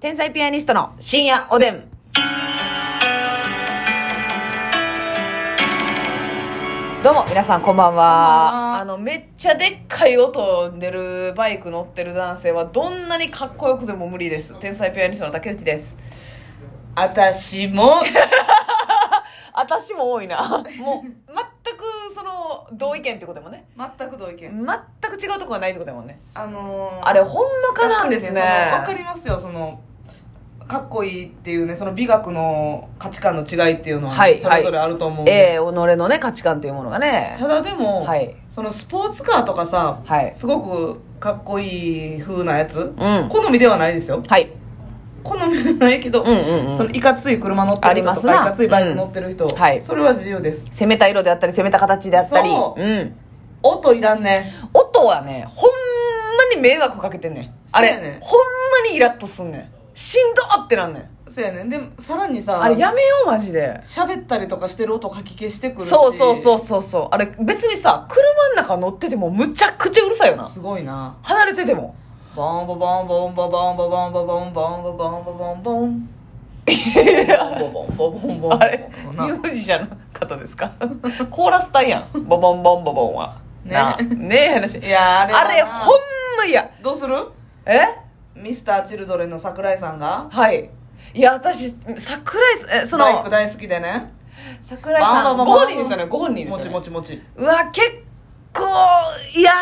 天才ピアニストの深夜おでん。どうも、皆さんこんばんは。こんばんはあの、めっちゃでっかい音出るバイク乗ってる男性は、どんなにかっこよくても無理です。天才ピアニストの竹内です。私も私も多いな。もう、全く、その、同意見ってことでもんね。 全く同意見全く違うとこがないってことでもんね。あのー、あれ、ほんまかなんですね。わかりますよそのかっこいいっていうねその美学の価値観の違いっていうのはね、はいそれぞれあると思うんで、ええ己のね、価値観っていうものがね。ただでも、はい。そのスポーツカーとかさはい。すごくかっこいい風なやつうん。好みではないですよはい。好みではないけど、うんうんうん。そのいかつい車乗ってるありま人すとなかいかついバイク乗ってる人、んはいそれは自由です攻めた色であったり攻めた形であったりそううん、音いらんね音はねほんまに迷惑かけてんねんあれそうやねんほんまにイラッとすんねんしんどーってなんねんそうやねんでさらにさあれやめようマジで喋ったりとかしてる音かき消してくるしそうそうそうそうそうあれ別にさ車の中乗っててもむちゃくちゃうるさいよなすごいな離れてて もボンボボンボンボボンボボンボボンボンボボンボボンボンボボンボボンボンあれミなュージシャンの方ですか コーラス隊やんボボンボンボボンはねなあねえ話いやあれあれほんま嫌どうするえミスター・チルドレンの桜井さんがはいいや私桜井さんえそのバイク大好きでね桜井さんごバンバンバ本ン人ですよねご本人ですよ、ね、もちもちもちうわ結構いや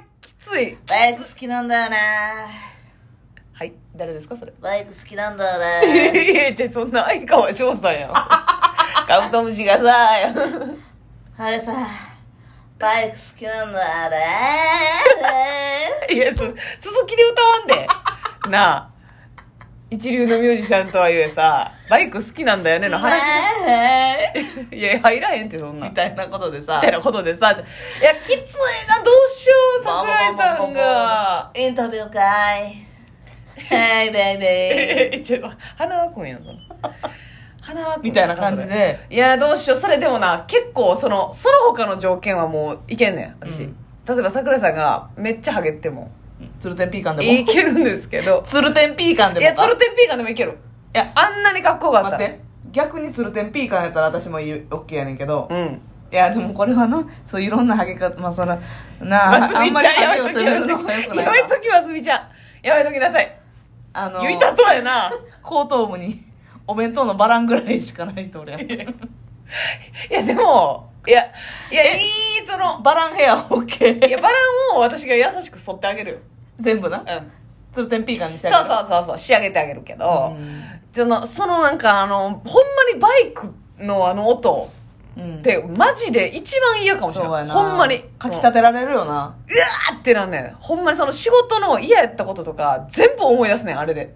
ーきついバイク好きなんだよねはい誰ですかそれバイク好きなんだ いよやいやじゃそんな相川翔さんやん カブトムシがさあれさバイク好きなんだよ ねいやつ続きで歌わんでなあ一流のミュージシャンとはいえさバイク好きなんだよねの話いや入らへんってそんな みみたいなことでさたいなことでさいやきついなどうしよう桜井さんがインタビュー会 Hey baby え、ちょっと、花輪くんやん、その。花輪くん。 みたいな感じ。でいや、どうしよう。それでもな、結構、その、その他の条件はもういけんねん、私。うん例えば、桜井さんがめっちゃハゲっても、ツルテンピーカンでいも。けるんですけどツルテンピーカンでいもや、かツルテンピーカンでもいける。いやあんなにかっこよかっ待たっら。て逆にツルテンピーカンやったら私もいい OK やねんけどうん。いやでもこれはなそういろんなハゲ方まあそらなまあすあんみまちりゃん、やめとハゲをき攻めるのはよくないやめときますみちゃん。やめときなさい。あの言いたそうやな。後頭部にお弁当のバランぐらいしかないと俺いや、でも、いや、いや、いい、その、バランヘア OK いや、バランを私が優しく剃ってあげるよ。全部なうん。ツルテンピーカンにしてそうあげるそうそうそう仕上げてあげるけど、うんそのそのなんかあのほんまにバイクのあの音うんってマジで一番嫌かもしれそうなやいなほんまにかきたててられるよなあってなんねんほんまにその仕事の嫌やったこととか全部思い出すねんあれ で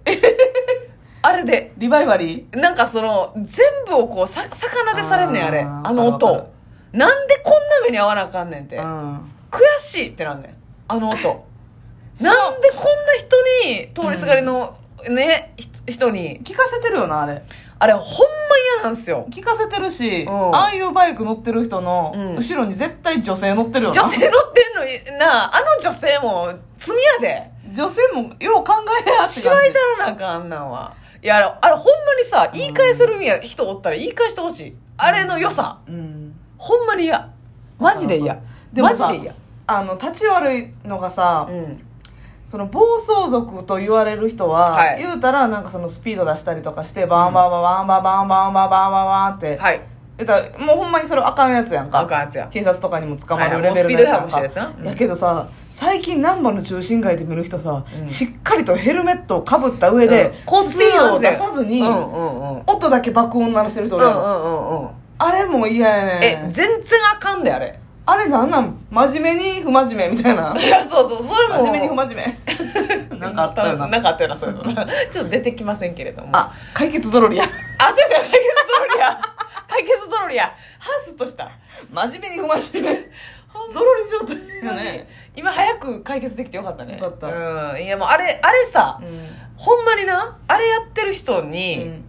あれでリバイバリーなんかその全部をこうさ魚でされんねんあれああーのわかるわか音なんでこんな目に遭わなあかんねんってうん悔しいってなんねんあ の音なんでこんな人に通りすがりの、ねひ人に聞かせてるよなあれあれほんま嫌なんですよ聞かせてるし、うんああいうバイク乗ってる人のうん後ろに絶対女性乗ってるよな女性乗ってんのになああの女性も罪やで女性もよう考えやってしまいたらなんかあんなんはいやあれあれほんまにさ言い返せるんや人おったら言い返してほしいあれの良さうんほんまに嫌マジでな嫌るでもマジさで嫌あの立ち悪いのがさ、うんその暴走族と言われる人は、はい言うたらなんかそのスピード出したりとかしてバンバンバンバンバンバンバンバンバンバンって、はい言うたらもうほんまにそれあかんやつやんかあかんやつや警察とかにも捕まはいるはいレベルのもやつやんうスピード違反もかしたやつなうんやけどさ最近難波の中心街で見る人さ、うんしっかりとヘルメットをかぶった上で、うんスピードを出さずうんに、うんうん音だけ爆音鳴らしてる人うんおうるやんんうんうんあれも嫌やねえん全然あかんであれあれなんなん真面目に不真面目みたい ないやそうそうそれも真面目に不真面 目なんかあったよななんかあったよなそうい うのなちょっと出てきませんけれどもあ解決ゾロリやあ、先生、解決ドロリや。解決ドロリや。ハースとした。真面目に不真面目ほんゾロリ状態やね今早く解決できてよかったね。よかったうん。いやもうあれ、あれさ、うんほんまにな、あれやってる人に、うあん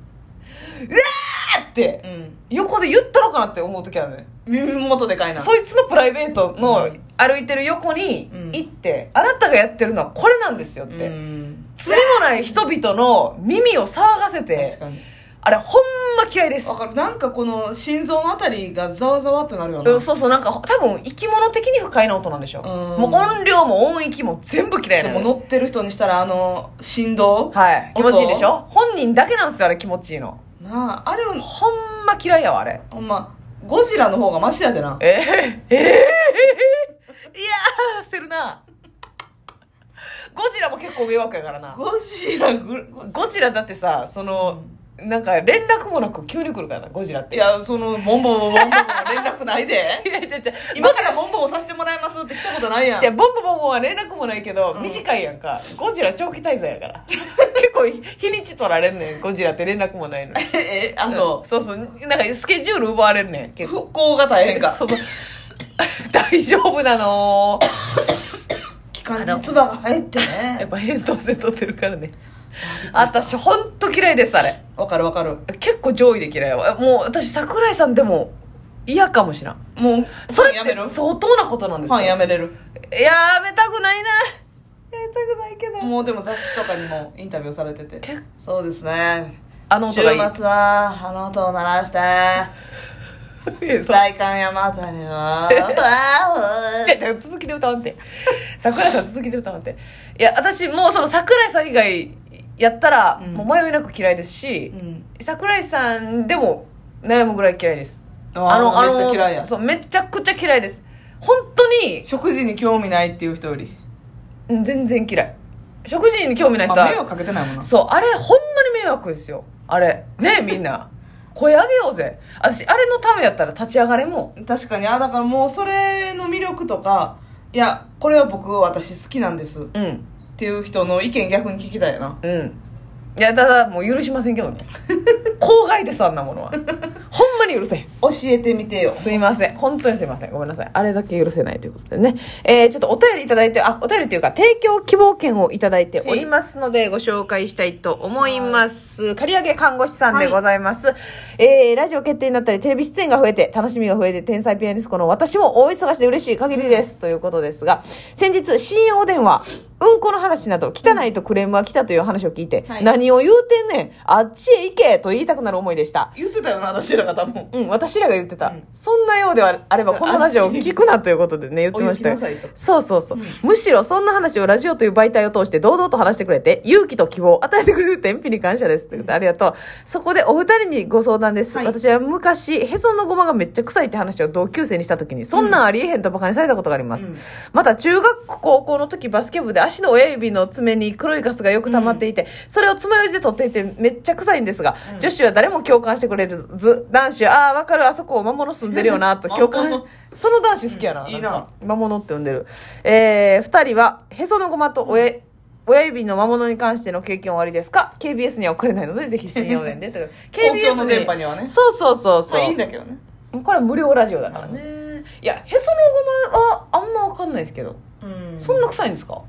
って、うん横で言ったのかなって思う時あるね。耳元でかいなそいつのプライベートのうん歩いてる横にうん行って、あなたがやってるのはこれなんですよっうて。ん釣りもない人々の耳を騒がせて確、かにあれほんま嫌いですわ。かるなんかこの心臓のあたりがざわざわってなるよなうんそうそう、なんか多分生き物的に不快な音なんでしょうんもう音量も音域も全部嫌いでなもの。乗ってる人にしたらあの振動、はい。気持ちいいでし音ょ本人だけなんですよ、あれ気持ちいいの。なああれはほんま嫌いやわ、あれ。ほんまゴジラの方がマシやでなえー、えー、えー、いやー、せるな。ゴジラも結構迷惑やからな。ゴジラぐゴジゴジラだってさ、その、なんか連絡もなく急に来るからな、ゴジラって。いやそのボンボンボンボンボンボン連絡な いでいや、違う違う。今からボンボンをさせてもらいますって来たことないや んじゃあボンボボンボンは連絡もないけど、うん短いやんかゴジラ長期滞在やから 結構日にち取られんねんゴジラって連絡もないのに えあそそうそうなんかスケジュール奪われんねんう結構復興が大変か そうそう大丈夫なの期間に唾が入ってや っねぱ扁桃腺取ってるからね私ほんと嫌いですあれわかるわかる結構上位で嫌いやわもう私桜井さんでも嫌かもしらんもうそれファっンやめてるフ相当なことなんですよァンやめれるいやーやめたくないなやめたくないけどもうでも雑誌とかにもインタビューされてて結そうですねあの週音がいい末はあの音を鳴らしてい やそう代官山あたりはじゃあ続きで歌わんて。桜井さん続きで歌わんて。いや、私もうその桜井さん以外やったら、うんもう迷いなく嫌いですしう、ん桜井さんでも悩むぐらい嫌いです。あのめっちゃ嫌いやそう、めちゃくちゃ嫌いです。本当に、食事に興味ないっていう人より、うん全然嫌い。食事に興味ない人まあ、迷は、惑かけてないもんなそう、あれほんまに迷惑ですよ。あれ。ねえ、みん な。声上げようぜ。私、あれのためやったら立ち上がれも。確かにあだからもうそれの魅力とかいやこれは僕私好きなんですっうん。ていう人の意見逆に聞きたいよなうん。いや、ただ、もう許しませんけどね。公害です、あんなものは。ほんまに許せん。教えてみてよすいません。本当にすいません。ごめんなさい。あれだけ許せないということでね。えー、ちょっとお便りいただいて、あ、お便りっていうか、提供希望券をいただいておりますので、ご紹介したいと思います。刈り上げ看護師さんでございます。えー、ラジオ決定になったり、テレビ出演が増えて、楽しみが増えて、天才ピアニストの私も大忙しで嬉しい限りです。ということですが、先日、深夜お電話、うんこの話など、汚いとクレームが来たという話を聞いて、はい何を言うてんねん、あっちへ行けと言いたくなる思いでした。言ってたよな私らが多分うん、私らが言ってた、うんそんなようではあればこのラジオを聞くなということでね言っおてま行しきたなよさいとそうそうそう、むしろそんな話をラジオという媒体を通して堂々と話してくれて勇気と希望を与えてくれる天日に感謝ですということでありがとうそこでお二人にご相談です、はい私は昔へそのごまがめっちゃ臭いって話を同級生にした時にそんなんありえへんとバカにされたことがあります、うんまた中学高校の時バスケ部で足の親指の爪に黒いガスがよく溜まっていて、それを爪楊枝で取っていてめっちゃ臭いんですが、うん女子は誰も共感してくれるず男子はああわかるあそこ魔物住んでる よなと共魔感物その男子好きやな,、うんいいんなか魔物って呼んでるえー、2人はへそのごまと親,、親指の魔物に関しての経験はおありですか ?KBS には送れないので、ぜひ信用年で。ということで 公共の電波にはねそうそうそうそう。まあいいんだけどねこれは無料ラジオだからね。いや、へそのごまはあんまわかんないですけど。うんそんな臭いんですか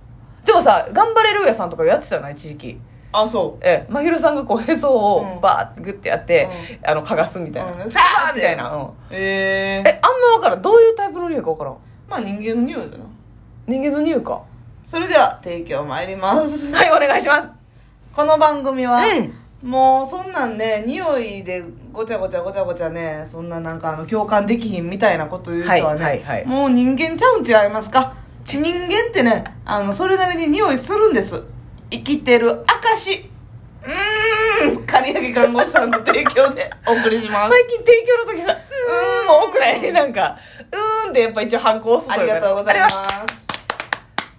でもさ、頑張れるやさんとかやってたよな、一時期。あそええ、まひるさんがこう、へそうをんバーってグッてやって、あの、嗅がすみうたいな。うんさあみたいな。うんえええ、あんまわからん。どういうタイプの匂いかわからん。まあ人間の匂いだな人間の匂いか。それでは提供参りますはい、お願いします。この番組は、うん。もうそんなんね匂いでごちゃごちゃごちゃごちゃねそんななんかあの共感できひんみたいなこと言う人ははね、いはいはいもう人間ちゃうん違いますか人間ってねあのそれなりに匂いするんです生きてる証うーん刈り上げ看護師さんの提供でお送りします最近提供の時さ、うーんも多くないうんなんか、うーんってやっぱ一応反抗すありがとうございますす。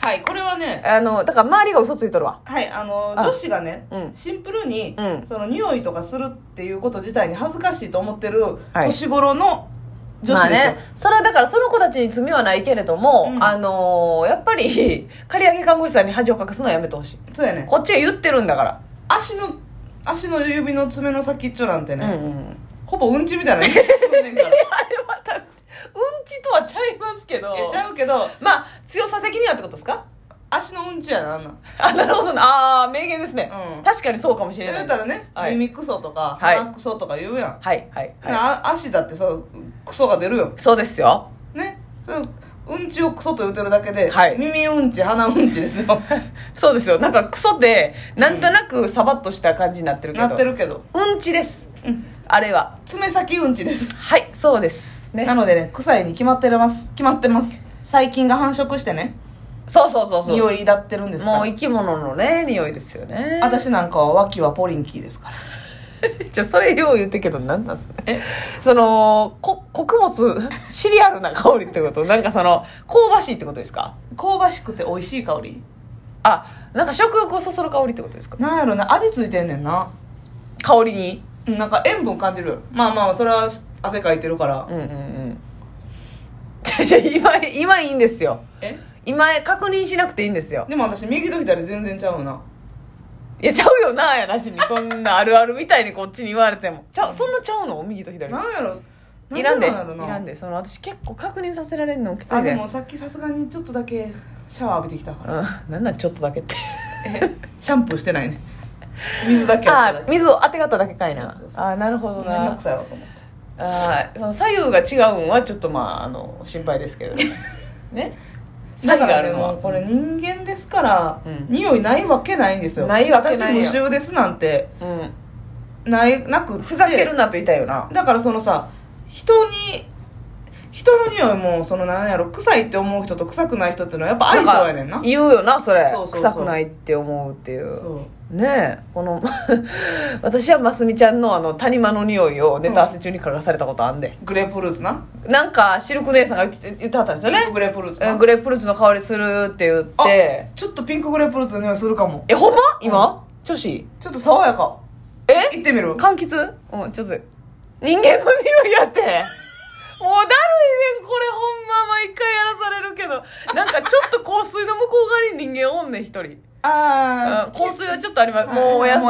はいこれはねあの、だから周りが嘘ついとるわ。はいあのあ女子がね、うんシンプルに、うんその匂いとかするっていうこと自体に恥ずかしいと思ってるはい年頃の女まあ子ですよ、ね、それはだからその子たちに罪はないけれども、うんあのーやっぱり、 刈り上げ看護師さんに恥をかかすのはやめてほしい。そうやねこっちが言ってるんだから。足の足の指の爪の先っちょなんてね、うんうん。ほぼうんちみたいな匂いすんねん からあれまた、うんちとはちゃいますけど。えちゃうけどまあ、強さ的にはってことですか 足のうんちやなあんなんあ、なるほどな。あー名言ですね、うん確かにそうかもしれない言でうす。たらね、はい耳クソとかはい鼻クソとか言うやん、はい、はい、はい。あ足だってさクソが出るよそうですよ。ねそううんちをクソと言うてるだけで、はい耳うんち鼻うんち ですよそうですよなんかクソでなんとなくサバッとした感じになってるけどなってるけど、うんちですうん、あれは爪先うんちですはいそうですねなのでね臭いに決まってます決まってます細菌が繁殖してねそうそうそうそう匂いだってるんですかもうら生き物のね匂いですよね私なんかは脇はポリンキーですからじゃあそれよう言ってけど何なんすかえそのこ穀物 シリアルな香りってことなんかその香ばしいってことですか香ばしくて美味しい香りあなんか食欲をそそる香りってことですかなんやろな味ついてんねんな香りになんか塩分感じるまあまあそれは汗かいてるから、うんうんうんじゃあじゃあ今今いいんですよえ今確認しなくていいんですよでも私右と左全然ちゃうないやちゃうよなやなしにそんなあるあるみたいにこっちに言われてもちゃうそんなちゃうの右と左なんやろいらんでいなんやろならんでその私結構確認させられるのきつあいででもさっきさすがにちょっとだけシャワー浴びてきたからうんなんなんちょっとだけってえシャンプーしてないね水だけやったあだけ水をあてがっただけかいなそうそうそうあなるほめどんどなくさいわと思ってあその左右が違うんはちょっとまああの心配ですけれど もねだ左か右がらあでるのはもこれ人間ですから、うん匂いないわけないんですよないわけないよ私無臭ですなんてうん、ないなくってふざけるなと言いたいよなだからそのさ人に人の匂いもそのなんやろ臭いって思う人と臭くない人っていうのはやっぱ相性やねんなか言うよなそれそうそうそう臭くないって思うっていうそうねえこの 私はますみちゃんのあの谷間の匂いをネタ合わせ中に嗅がされたことあんで、グレープフルーツななんかシルク姉さんが言って言ってはったんですよねグレープフルーツうなんグレープフルーツの香りするって言ってちょっとピンクグレープフルーツの匂いするかもえほんま今、女子ちょっと爽やかえ行ってみる柑橘うん、ちょっと。人間の匂いやって。もうだるいねん、これほんま毎回やらされるけど。なんかちょっと香水の向こう側に人間おんねん、一人。うんああ香水はちょっとあります。はいもうおやすみ。